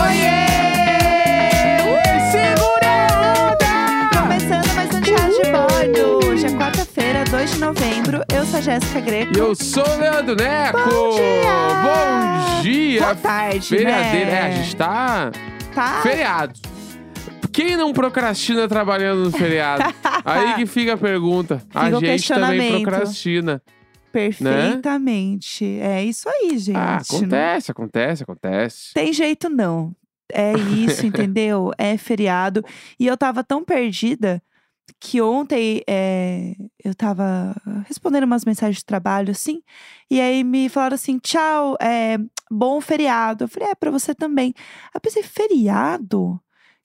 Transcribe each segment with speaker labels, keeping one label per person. Speaker 1: um é quarta-feira, 2 de novembro. Eu sou a Jéssica Greco.
Speaker 2: E eu sou o Leandro Neco!
Speaker 1: Bom dia!
Speaker 2: Bom dia!
Speaker 1: Boa tarde,
Speaker 2: Feriadeira.
Speaker 1: né?
Speaker 2: É, a gente tá
Speaker 1: Tá?
Speaker 2: feriado. Quem não procrastina trabalhando no feriado? Aí que né? fica a pergunta. a
Speaker 1: Ah. Fica o
Speaker 2: gente também
Speaker 1: questionamento.
Speaker 2: procrastina.
Speaker 1: Perfeitamente. É isso aí, gente. né?
Speaker 2: Ah, acontece, acontece, acontece.
Speaker 1: Tem jeito não. É isso, entendeu? É feriado. E eu tava tão perdida que ontem é, eu tava respondendo umas mensagens de trabalho, assim. E aí me falaram assim, tchau, é, bom feriado. Eu falei, é, pra você também. Aí eu pensei, feriado?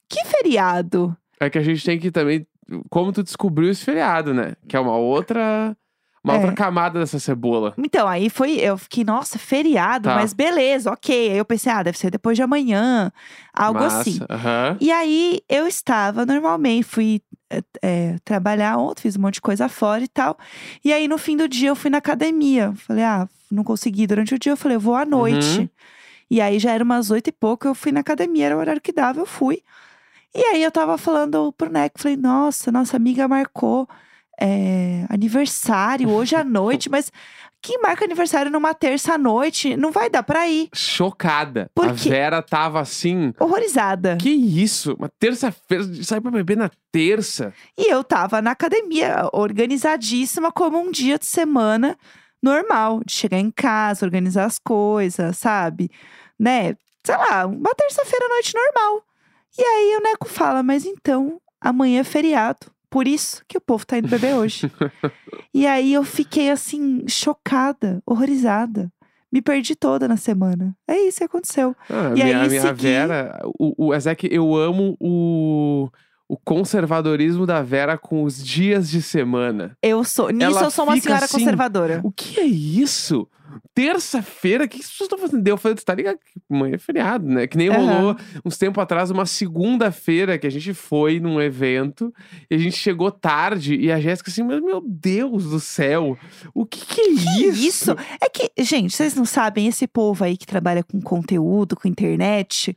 Speaker 1: Que feriado?
Speaker 2: É que a gente tem que também. Como tu descobriu esse feriado, né? Que é uma outra. Uma
Speaker 1: É.
Speaker 2: outra camada dessa cebola.
Speaker 1: Então, aí foi, eu fiquei, nossa, feriado,
Speaker 2: Tá.
Speaker 1: mas beleza, ok. Aí eu pensei, ah, deve ser depois de amanhã, algo
Speaker 2: Massa.
Speaker 1: assim.
Speaker 2: Aham.
Speaker 1: E aí eu estava normalmente, fui é, é, trabalhar ontem, fiz um monte de coisa fora e tal. E aí no fim do dia eu fui na academia. Falei, ah, não consegui durante o dia, eu falei, eu vou à noite.
Speaker 2: Uhum.
Speaker 1: E aí já era umas oito e pouco, eu fui na academia, era o horário que dava, eu fui. E aí eu tava falando pro Neco, falei, nossa, nossa amiga marcou é, aniversário hoje à noite, mas quem marca aniversário numa terça à noite? Não vai dar pra ir.
Speaker 2: Chocada.
Speaker 1: Por
Speaker 2: a
Speaker 1: quê?
Speaker 2: Vera tava assim.
Speaker 1: Horrorizada.
Speaker 2: Que isso? Uma terça-feira, sair pra beber na terça?
Speaker 1: E eu tava na academia, organizadíssima, como um dia de semana normal, de chegar em casa, organizar as coisas, sabe? Né? Sei lá, uma terça-feira à noite normal. E aí o Neco fala, mas então, amanhã é feriado. Por isso que o povo tá indo beber hoje. e aí eu fiquei assim, chocada, horrorizada. Me perdi toda na semana. É isso que aconteceu.
Speaker 2: Ah,
Speaker 1: E
Speaker 2: minha,
Speaker 1: aí,
Speaker 2: minha
Speaker 1: segui-
Speaker 2: Vera, o, o, mas é que eu amo o, o conservadorismo da Vera com os dias de semana.
Speaker 1: Eu sou. Nisso
Speaker 2: Ela
Speaker 1: eu sou uma
Speaker 2: fica
Speaker 1: senhora
Speaker 2: assim,
Speaker 1: conservadora.
Speaker 2: O que é isso? Terça-feira? O que as pessoas estão fazendo? Eu falei, tu tá ligado? que Amanhã é feriado, né? Que nem
Speaker 1: Aham.
Speaker 2: rolou uns tempo atrás, uma segunda-feira que a gente foi num evento e a gente chegou tarde e a Jéssica assim, mas meu Deus do céu, o que que é
Speaker 1: Que
Speaker 2: isso?
Speaker 1: isso? É que, gente, vocês não sabem, esse povo aí que trabalha com conteúdo, com internet,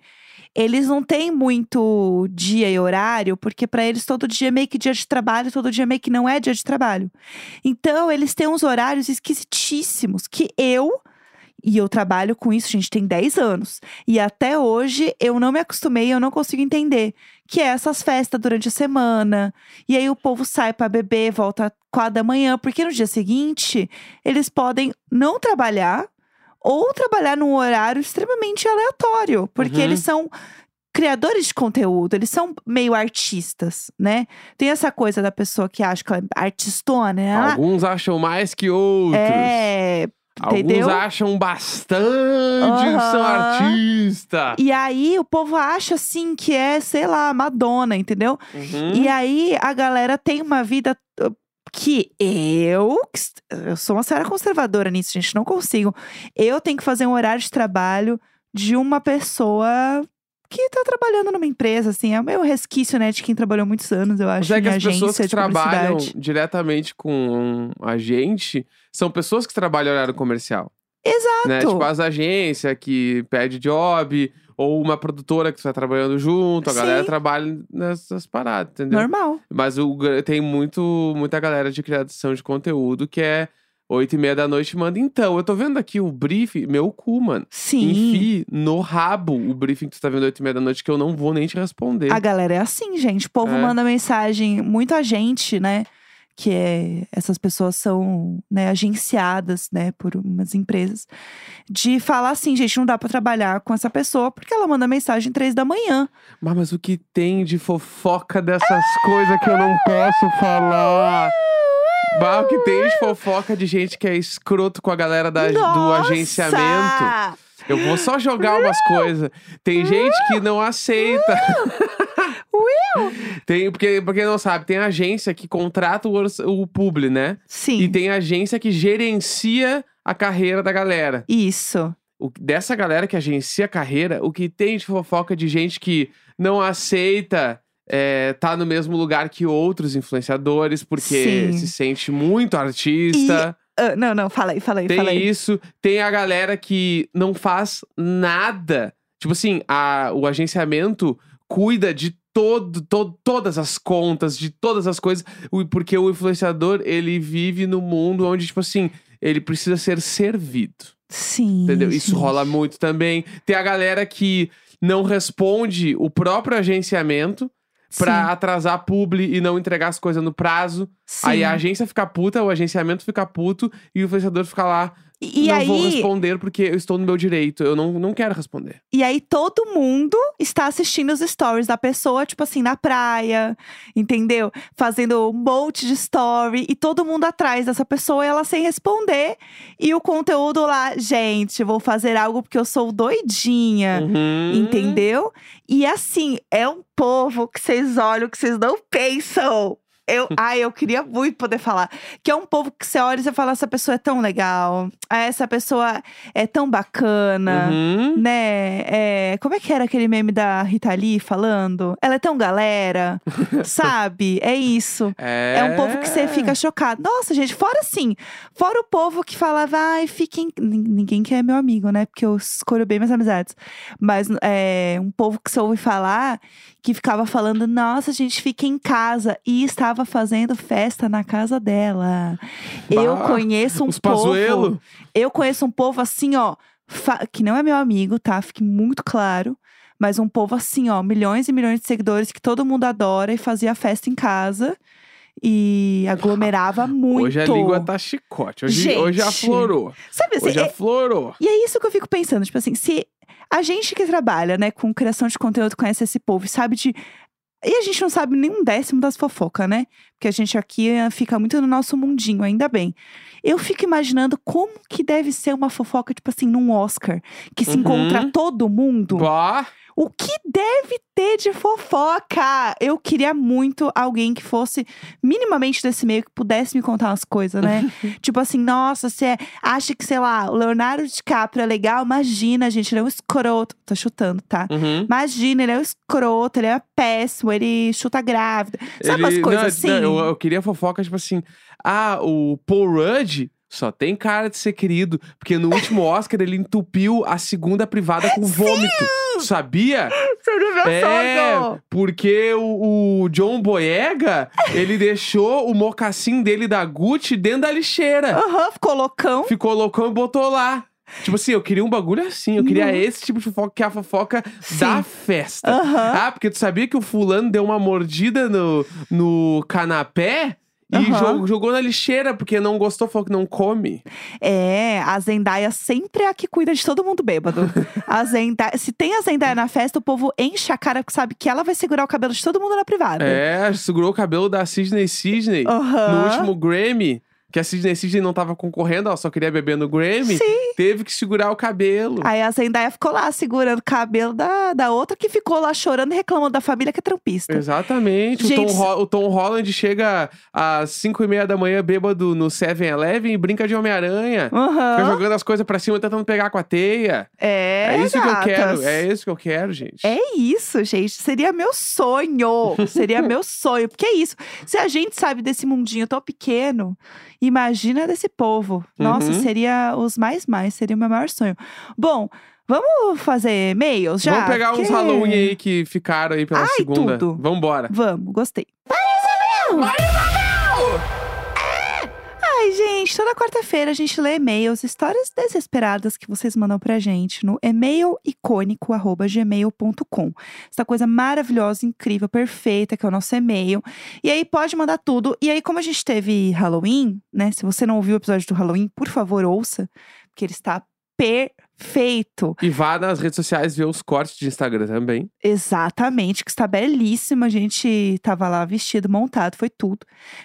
Speaker 1: eles não têm muito dia e horário, porque pra eles todo dia é meio que dia de trabalho, todo dia meio que não é dia de trabalho. Então, eles têm uns horários esquisitíssimos que eu. E eu trabalho com isso, gente, tem 10 anos. E até hoje eu não me acostumei, eu não consigo entender. Que é essas festas durante a semana. E aí o povo sai pra beber, volta 4 da manhã, porque no dia seguinte eles podem não trabalhar ou trabalhar num horário extremamente aleatório, porque
Speaker 2: Uhum.
Speaker 1: eles são criadores de conteúdo, eles são meio artistas, né? Tem essa coisa da pessoa que acha que ela é artistona, né? Ela
Speaker 2: Alguns acham mais que outros.
Speaker 1: é,
Speaker 2: Alguns
Speaker 1: entendeu?
Speaker 2: acham bastante que são
Speaker 1: Aham.
Speaker 2: artista.
Speaker 1: E aí o povo acha assim que é, sei lá, Madonna, entendeu?
Speaker 2: Uhum.
Speaker 1: E aí a galera tem uma vida uh, que eu, que s- eu sou uma senhora conservadora nisso, gente, não consigo. Eu tenho que fazer um horário de trabalho de uma pessoa que tá trabalhando numa empresa, assim, é o meu resquício, né, de quem trabalhou muitos anos, eu
Speaker 2: Mas
Speaker 1: acho,
Speaker 2: é que
Speaker 1: em
Speaker 2: as pessoas
Speaker 1: agência
Speaker 2: que
Speaker 1: de
Speaker 2: trabalham
Speaker 1: publicidade.
Speaker 2: diretamente com a gente são pessoas que trabalham horário comercial.
Speaker 1: Exato.
Speaker 2: Né? Tipo as agências que pede job, ou uma produtora que está trabalhando junto, a galera
Speaker 1: Sim.
Speaker 2: trabalha nessas paradas, entendeu?
Speaker 1: Normal.
Speaker 2: Mas o gra- tem muito, muita galera de criação de conteúdo que é oito e meia da noite e manda. Então, eu tô vendo aqui o brief, meu cu, mano.
Speaker 1: Sim.
Speaker 2: Enfie no rabo o briefing que tu tá vendo 8 e meia da noite, que eu não vou nem te responder.
Speaker 1: A galera é assim, gente. O povo
Speaker 2: É.
Speaker 1: manda mensagem, muita gente, né? Que é, essas pessoas são né, agenciadas, né, por umas empresas, de falar assim, gente, não dá pra trabalhar com essa pessoa porque ela manda mensagem três da manhã.
Speaker 2: Mas, mas o que tem de fofoca dessas coisas que eu não posso falar? Bah, o que tem de fofoca de gente que é escroto com a galera da- do
Speaker 1: Nossa!
Speaker 2: agenciamento? Eu vou só jogar umas coisas. Tem gente que não aceita. tem, porque, porque não sabe, tem agência que contrata o, orça- o publi, né?
Speaker 1: Sim.
Speaker 2: E tem agência que gerencia a carreira da galera.
Speaker 1: Isso.
Speaker 2: o- dessa galera que agencia carreira, o que tem de fofoca é de gente que não aceita é, tá no mesmo lugar que outros influenciadores, porque
Speaker 1: Sim.
Speaker 2: se sente muito artista.
Speaker 1: Ah, não, não, fala aí, fala aí,
Speaker 2: tem
Speaker 1: fala aí.
Speaker 2: isso. Tem a galera que não faz nada. Tipo assim, a- o agenciamento cuida de todo, todo, todas as contas, de todas as coisas, o- porque o influenciador, ele vive no mundo onde, tipo assim, ele precisa ser servido.
Speaker 1: Sim.
Speaker 2: Entendeu? Isso
Speaker 1: gente.
Speaker 2: rola muito também. Tem a galera que não responde o próprio agenciamento pra
Speaker 1: Sim,
Speaker 2: atrasar a publi e não entregar as coisas no prazo.
Speaker 1: sim.
Speaker 2: Aí a agência fica puta, o agenciamento fica puto e o influenciador fica lá.
Speaker 1: E, e
Speaker 2: não
Speaker 1: aí,
Speaker 2: vou responder porque eu estou no meu direito. Eu não, não quero responder.
Speaker 1: e aí todo mundo está assistindo os stories da pessoa, tipo assim, na praia, entendeu? Fazendo um monte de story e todo mundo atrás dessa pessoa e ela sem responder. E o conteúdo lá, gente, vou fazer algo porque eu sou doidinha.
Speaker 2: Uhum.
Speaker 1: É, Entendeu? E assim, é um povo que vocês olham, que vocês não pensam. Eu, ai, eu queria muito poder falar. Que é um povo que você olha e você fala: essa pessoa é tão legal, ah, essa pessoa é tão bacana.
Speaker 2: Uhum.
Speaker 1: Né? É, como é que era aquele meme da Rita Lee falando? Ela é tão galera, sabe? É isso.
Speaker 2: É...
Speaker 1: É um povo que você fica chocado. Nossa, gente, fora assim. Fora o povo que falava, ai, fiquem. Nin- Ninguém quer meu amigo, né? Porque eu escolho bem minhas amizades. Mas é um povo que você ouve falar que ficava falando, nossa, gente, fica em casa. E estava fazendo festa na casa dela. eu
Speaker 2: Bah,
Speaker 1: conheço um
Speaker 2: Os
Speaker 1: povo.
Speaker 2: Pazuelo.
Speaker 1: Eu conheço um povo assim, ó, fa- que não é meu amigo, tá? Fique muito claro. Mas um povo assim, ó, milhões e milhões de seguidores que todo mundo adora e fazia festa em casa e aglomerava muito.
Speaker 2: Hoje a língua tá chicote. Hoje, hoje
Speaker 1: Gente.
Speaker 2: aflorou.
Speaker 1: Sabe assim,
Speaker 2: Hoje
Speaker 1: é-
Speaker 2: aflorou.
Speaker 1: e é isso que eu fico pensando, tipo assim, se a gente que trabalha, né, com criação de conteúdo conhece esse povo e sabe de. E a gente não sabe nem um décimo das fofocas, né? Porque a gente aqui eh, fica muito no nosso mundinho, ainda bem. Eu fico imaginando como que deve ser uma fofoca, tipo assim, num Oscar, que se
Speaker 2: Uhum.
Speaker 1: encontra todo mundo.
Speaker 2: Bah.
Speaker 1: O que deve ter de fofoca? Eu queria muito alguém que fosse minimamente desse meio, que pudesse me contar umas coisas, né? tipo assim, nossa, você acha que, sei lá, o Leonardo DiCaprio é legal? Imagina, gente, ele é um escroto. Tô chutando, tá?
Speaker 2: Uhum.
Speaker 1: Imagina, ele é um escroto, ele é péssimo, ele chuta grávida. Sabe umas
Speaker 2: Ele-
Speaker 1: coisas
Speaker 2: não,
Speaker 1: assim?
Speaker 2: não, eu, eu queria fofoca, tipo assim. Ah, o Paul Rudd só tem cara de ser querido, porque no último Oscar ele entupiu a segunda privada com vômito. Sabia?
Speaker 1: Você não viu
Speaker 2: é,
Speaker 1: sono?
Speaker 2: porque o, o John Boyega, ele deixou o mocassim dele da Gucci dentro da lixeira.
Speaker 1: Aham, ficou loucão.
Speaker 2: Ficou loucão e botou lá. Tipo assim, eu queria um bagulho assim. Eu queria
Speaker 1: Nossa.
Speaker 2: esse tipo de fofoca, que é a fofoca
Speaker 1: Uhum. Sim.
Speaker 2: da festa.
Speaker 1: Aham.
Speaker 2: Ah, porque tu sabia que o fulano deu uma mordida no, no canapé e
Speaker 1: Aham.
Speaker 2: jogou, jogou na lixeira porque não gostou, falou que não come.
Speaker 1: É, a Zendaya sempre é a que cuida de todo mundo bêbado. A Zendaya, se tem a Zendaya na festa, o povo enche a cara porque sabe que ela vai segurar o cabelo de todo mundo na privada.
Speaker 2: É, segurou o cabelo da Sidney Sidney
Speaker 1: Aham.
Speaker 2: no último Grammy. Que a Sidney Sidney não tava concorrendo, ela só queria beber no Grammy.
Speaker 1: Sim.
Speaker 2: Teve que segurar o cabelo.
Speaker 1: Aí a Zendaya ficou lá segurando o cabelo da, da outra que ficou lá chorando e reclamando da família que é trampista.
Speaker 2: Exatamente. O,
Speaker 1: Gente,
Speaker 2: Tom Ho- o Tom Holland chega às 5 e meia da manhã bêbado no 7-Eleven e brinca de Homem-Aranha.
Speaker 1: Aham.
Speaker 2: Fica jogando as coisas pra cima, tentando pegar com a teia.
Speaker 1: É,
Speaker 2: isso que eu quero,
Speaker 1: gatas.
Speaker 2: é isso que eu quero, gente.
Speaker 1: É isso, gente. Seria meu sonho. Seria meu sonho. Porque é isso. Se a gente sabe desse mundinho tão pequeno, imagina desse povo. Nossa,
Speaker 2: Uhum.
Speaker 1: seria os mais mais. Seria o meu maior sonho. Bom, vamos fazer e-mails já?
Speaker 2: Vamos pegar uns
Speaker 1: Porque-
Speaker 2: Halloween aí que ficaram aí pela
Speaker 1: Ai,
Speaker 2: segunda.
Speaker 1: tudo.
Speaker 2: Vambora.
Speaker 1: Vamos, gostei. É! Ai, gente, toda quarta-feira a gente lê e-mails, histórias desesperadas que vocês mandam pra gente no e-mailicônico.gmail.com. Essa coisa maravilhosa, incrível, perfeita, que é o nosso e-mail. E aí pode mandar tudo. E aí, como a gente teve Halloween, né? Se você não ouviu o episódio do Halloween, por favor, ouça, porque ele está perfeito.
Speaker 2: E vá nas redes sociais ver os cortes de Instagram também.
Speaker 1: Exatamente, que está belíssima. A gente tava lá vestido, montado, foi tudo.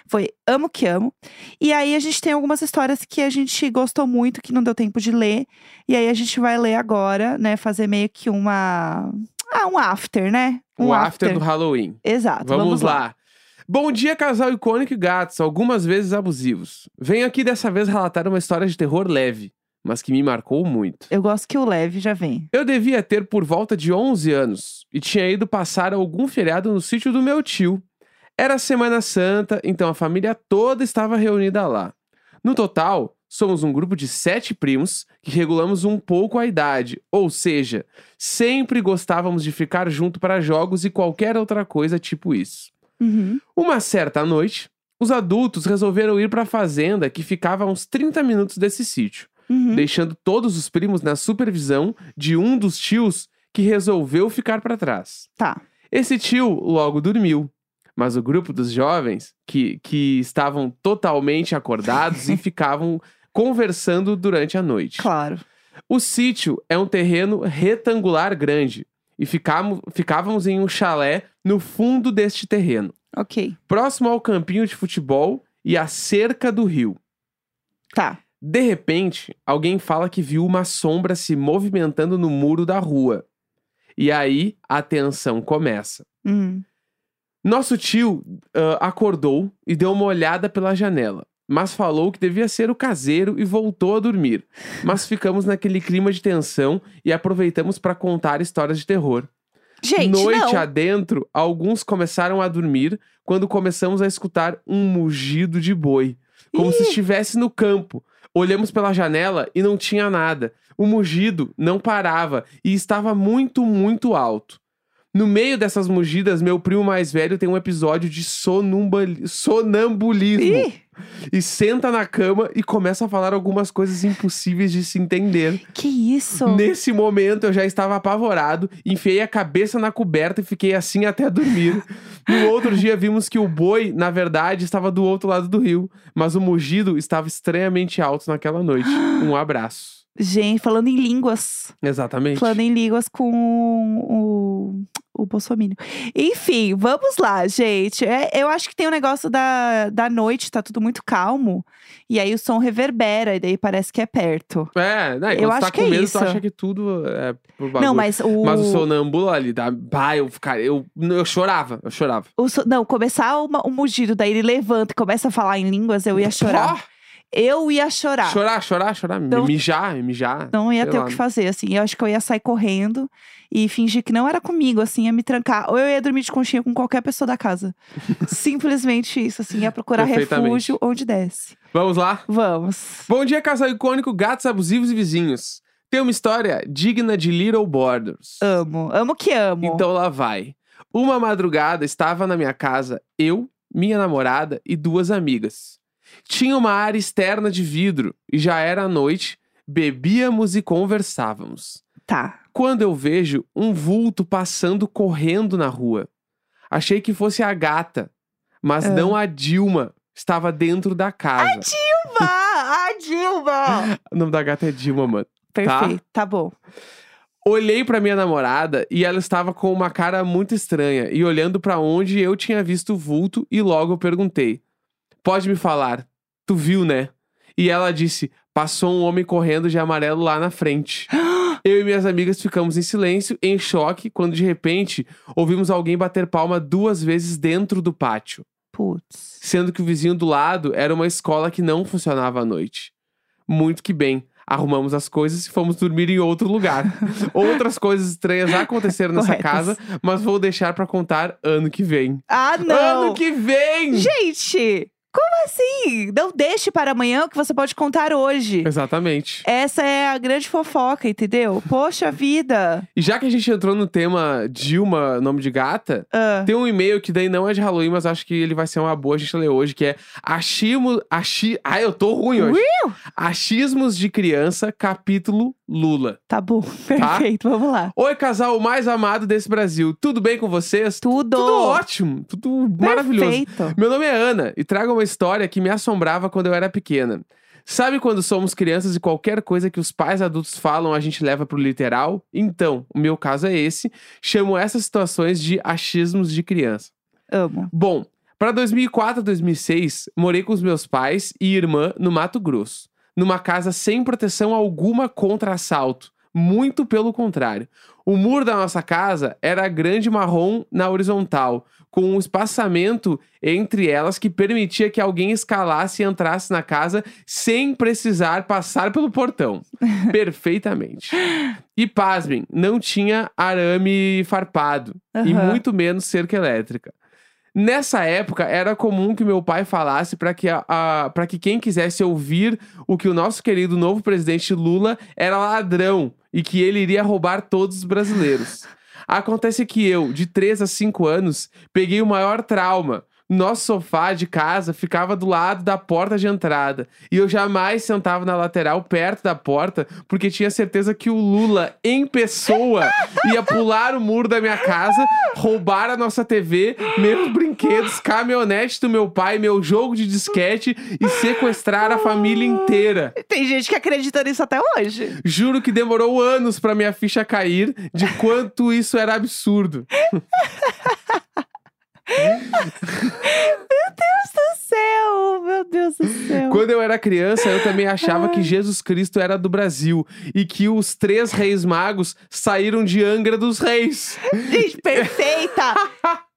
Speaker 1: Foi amo que amo. E aí a gente tem algumas histórias que a gente gostou muito, que não deu tempo de ler. E aí a gente vai ler agora, né? Fazer meio que uma. Ah, um after, né? Um
Speaker 2: o after, do Halloween.
Speaker 1: Exato.
Speaker 2: Vamos, lá. Bom dia, casal icônico e gatos, algumas vezes abusivos. Venho aqui dessa vez relatar uma história de terror leve, mas que me marcou muito.
Speaker 1: Eu gosto que o leve já vem.
Speaker 2: Eu devia ter por volta de 11 anos e tinha ido passar algum feriado no sítio do meu tio. Era Semana Santa, então a família toda estava reunida lá. No total, Somos um grupo de sete primos que regulamos um pouco a idade, ou seja, sempre gostávamos de ficar junto para jogos e qualquer outra coisa tipo isso.
Speaker 1: Uhum.
Speaker 2: Uma certa noite, os adultos resolveram ir para a fazenda que ficava a uns 30 minutos desse sítio,
Speaker 1: Uhum.
Speaker 2: deixando todos os primos na supervisão de um dos tios que resolveu ficar para trás.
Speaker 1: Tá.
Speaker 2: Esse tio logo dormiu, mas o grupo dos jovens, que, que estavam totalmente acordados e ficavam conversando durante a noite.
Speaker 1: Claro.
Speaker 2: O sítio é um terreno retangular grande e ficamo- ficávamos em um chalé no fundo deste terreno
Speaker 1: Ok.
Speaker 2: próximo ao campinho de futebol e à cerca do rio.
Speaker 1: Tá.
Speaker 2: De repente, alguém fala que viu uma sombra se movimentando no muro da rua. E aí a tensão começa.
Speaker 1: Hum.
Speaker 2: Nosso tio ah, acordou e deu uma olhada pela janela, mas falou que devia ser o caseiro e voltou a dormir. Mas ficamos naquele clima de tensão e aproveitamos para contar histórias de terror.
Speaker 1: Gente,
Speaker 2: Noite
Speaker 1: não.
Speaker 2: adentro, alguns começaram a dormir quando começamos a escutar um mugido de boi, como se estivesse no campo. Olhamos pela janela e não tinha nada. O mugido não parava e estava muito, muito alto. No meio dessas mugidas, meu primo mais velho tem um episódio de sonumbali- sonambulismo
Speaker 1: Ih,
Speaker 2: e senta na cama e começa a falar algumas coisas impossíveis de se entender.
Speaker 1: que isso?
Speaker 2: Nesse momento eu já estava apavorado, enfiei a cabeça na coberta e fiquei assim até dormir. No outro dia vimos que o boi, na verdade, estava do outro lado do rio, mas o mugido estava estranhamente alto naquela noite. Um abraço.
Speaker 1: Gente, falando em línguas.
Speaker 2: Exatamente.
Speaker 1: Falando em línguas com o, o Bolsonaro. Enfim, vamos lá, gente. É, eu acho que tem um negócio da, da noite, tá tudo muito calmo. E aí o som reverbera, e daí parece que é perto.
Speaker 2: É, né,
Speaker 1: Eu
Speaker 2: quando tu tá
Speaker 1: acho que
Speaker 2: com
Speaker 1: é
Speaker 2: medo,
Speaker 1: isso.
Speaker 2: tu acha que tudo é por bagulho.
Speaker 1: Não, mas o.
Speaker 2: Mas o sonâmbulo ali, dá... bah, eu, cara, eu, eu chorava, eu chorava.
Speaker 1: o so- não, começar uma- um mugido, daí ele levanta e começa a falar em línguas, eu ia chorar. Eu ia
Speaker 2: Pá!
Speaker 1: chorar.
Speaker 2: Chorar, chorar, chorar, me
Speaker 1: Então-
Speaker 2: mijar, me mijar.
Speaker 1: Não ia
Speaker 2: sei
Speaker 1: ter
Speaker 2: lá.
Speaker 1: o que fazer, assim. Eu acho que eu ia sair correndo e fingir que não era comigo, assim, ia me trancar. Ou eu ia dormir de conchinha com qualquer pessoa da casa. Simplesmente isso, assim, ia procurar
Speaker 2: Perfeitamente.
Speaker 1: refúgio onde desce.
Speaker 2: Vamos lá?
Speaker 1: Vamos.
Speaker 2: Bom dia, casal icônico, gatos abusivos e vizinhos. Tem uma história digna de Little Borders.
Speaker 1: Amo. Amo que amo.
Speaker 2: Então lá vai. Uma madrugada estava na minha casa eu, minha namorada e duas amigas. Tinha uma área externa de vidro e já era noite, bebíamos e conversávamos
Speaker 1: Tá.
Speaker 2: quando eu vejo um vulto passando correndo na rua. Achei que fosse a gata, mas
Speaker 1: Ah.
Speaker 2: não a Dilma. Estava dentro da casa.
Speaker 1: Dilma! A Dilma!
Speaker 2: O nome da gata é Dilma, mano.
Speaker 1: Perfeito. Tá bom.
Speaker 2: Olhei pra minha namorada e ela estava com uma cara muito estranha e olhando pra onde eu tinha visto o vulto e logo eu perguntei: "Pode me falar? Tu viu, né?" E ela disse: "Passou um homem correndo de amarelo lá na frente." Eu e minhas amigas ficamos em silêncio, em choque, quando de repente ouvimos alguém bater palma duas vezes dentro do pátio
Speaker 1: Putz.
Speaker 2: sendo que o vizinho do lado era uma escola que não funcionava à noite. Muito que bem. Arrumamos as coisas e fomos dormir em outro lugar. Outras coisas estranhas aconteceram nessa
Speaker 1: Corretas.
Speaker 2: casa, mas vou deixar pra contar ano que vem.
Speaker 1: Ah, não!
Speaker 2: Ano que vem!
Speaker 1: Gente! Como assim? Não deixe para amanhã o que você pode contar hoje.
Speaker 2: Exatamente.
Speaker 1: Essa é a grande fofoca, entendeu? Poxa vida!
Speaker 2: E já que a gente entrou no tema Dilma, nome de gata,
Speaker 1: Ah.
Speaker 2: tem um e-mail que daí não é de Halloween, mas acho que ele vai ser uma boa a gente ler hoje, que é Achismo. Achi... Ah, eu tô ruim hoje. Achismos de criança, capítulo Lula.
Speaker 1: Tá bom, perfeito, vamos lá.
Speaker 2: Oi, casal mais amado desse Brasil. Tudo bem com vocês?
Speaker 1: Tudo!
Speaker 2: Tudo ótimo, tudo maravilhoso.
Speaker 1: Perfeito.
Speaker 2: Meu nome é Ana e trago uma história que me assombrava quando eu era pequena. Sabe quando somos crianças e qualquer coisa que os pais adultos falam a gente leva pro literal? Então, o meu caso é esse. Chamo essas situações de achismos de criança.
Speaker 1: Amo.
Speaker 2: Bom, para 2004 a 2006, morei com os meus pais e irmã no Mato Grosso, numa casa sem proteção alguma contra assalto. Muito pelo contrário. O muro da nossa casa era grande marrom na horizontal, com um espaçamento entre elas que permitia que alguém escalasse e entrasse na casa sem precisar passar pelo portão. Perfeitamente. E pasmem, não tinha arame farpado e
Speaker 1: Aham.
Speaker 2: muito menos cerca elétrica. Nessa época, era comum que meu pai falasse para que, a, a, pra que quem quisesse ouvir o que o nosso querido novo presidente Lula era ladrão e que ele iria roubar todos os brasileiros. Acontece que eu, de 3 a 5 anos, peguei o maior trauma. Nosso sofá de casa ficava do lado da porta de entrada e eu jamais sentava na lateral perto da porta porque tinha certeza que o Lula, em pessoa, ia pular o muro da minha casa, roubar a nossa TV, meus brinquedos, caminhonete do meu pai, meu jogo de disquete e sequestrar a família inteira.
Speaker 1: Tem gente que acredita nisso até hoje.
Speaker 2: Juro que demorou anos pra minha ficha cair de quanto isso era absurdo.
Speaker 1: Meu Deus do céu! Meu Deus do céu!
Speaker 2: Quando eu era criança, eu também achava que Jesus Cristo era do Brasil e que os três reis magos saíram de Angra dos Reis
Speaker 1: Gente, perfeita!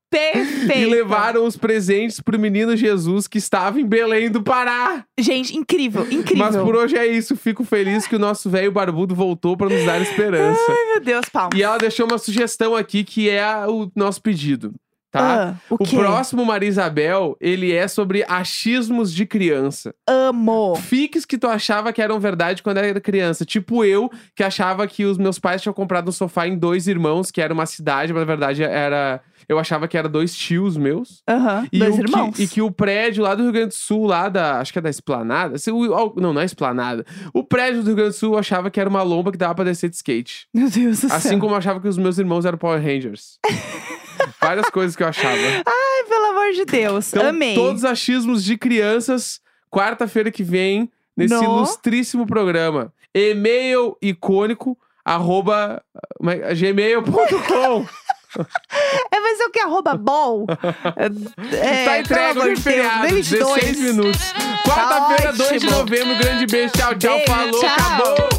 Speaker 1: perfeita!
Speaker 2: e levaram os presentes pro menino Jesus que estava em Belém do Pará.
Speaker 1: Gente, incrível, incrível.
Speaker 2: Mas por hoje é isso. Fico feliz que o nosso velho barbudo voltou para nos dar esperança.
Speaker 1: Ai, meu Deus, palmas.
Speaker 2: E ela deixou uma sugestão aqui que é a- o nosso pedido, tá?
Speaker 1: Ah, o
Speaker 2: o
Speaker 1: quê?
Speaker 2: próximo Marisabel, ele é sobre achismos de criança.
Speaker 1: Amo!
Speaker 2: Fiques que tu achava que eram verdade quando era criança. Tipo eu, que achava que os meus pais tinham comprado um sofá em dois irmãos, que era uma cidade, mas na verdade era. Eu achava que era dois tios meus.
Speaker 1: Aham,
Speaker 2: E
Speaker 1: dois
Speaker 2: o que-
Speaker 1: irmãos.
Speaker 2: e que o prédio lá do Rio Grande do Sul, lá da. Acho que é da Esplanada. se o- al- não, não é Esplanada. O prédio do Rio Grande do Sul eu achava que era uma lomba que dava pra descer de skate.
Speaker 1: Meu Deus do
Speaker 2: Assim
Speaker 1: céu.
Speaker 2: como eu achava que os meus irmãos eram Power Rangers. Várias coisas que eu achava.
Speaker 1: Ai, pelo amor de Deus.
Speaker 2: Então,
Speaker 1: Amei.
Speaker 2: todos os achismos de crianças, quarta-feira que vem, nesse
Speaker 1: No.
Speaker 2: ilustríssimo programa. E-mail icônico, arroba como é- gmail.com.
Speaker 1: É, mas eu que arroba bol. é,
Speaker 2: tá
Speaker 1: pelo
Speaker 2: entregue
Speaker 1: amor
Speaker 2: no
Speaker 1: de
Speaker 2: feriado,
Speaker 1: Deus,
Speaker 2: 16
Speaker 1: 22.
Speaker 2: minutos. Quarta-feira, 2 de
Speaker 1: ótimo.
Speaker 2: novembro. Grande beijo, tchau, tchau,
Speaker 1: Beijo,
Speaker 2: falou,
Speaker 1: tchau.
Speaker 2: acabou.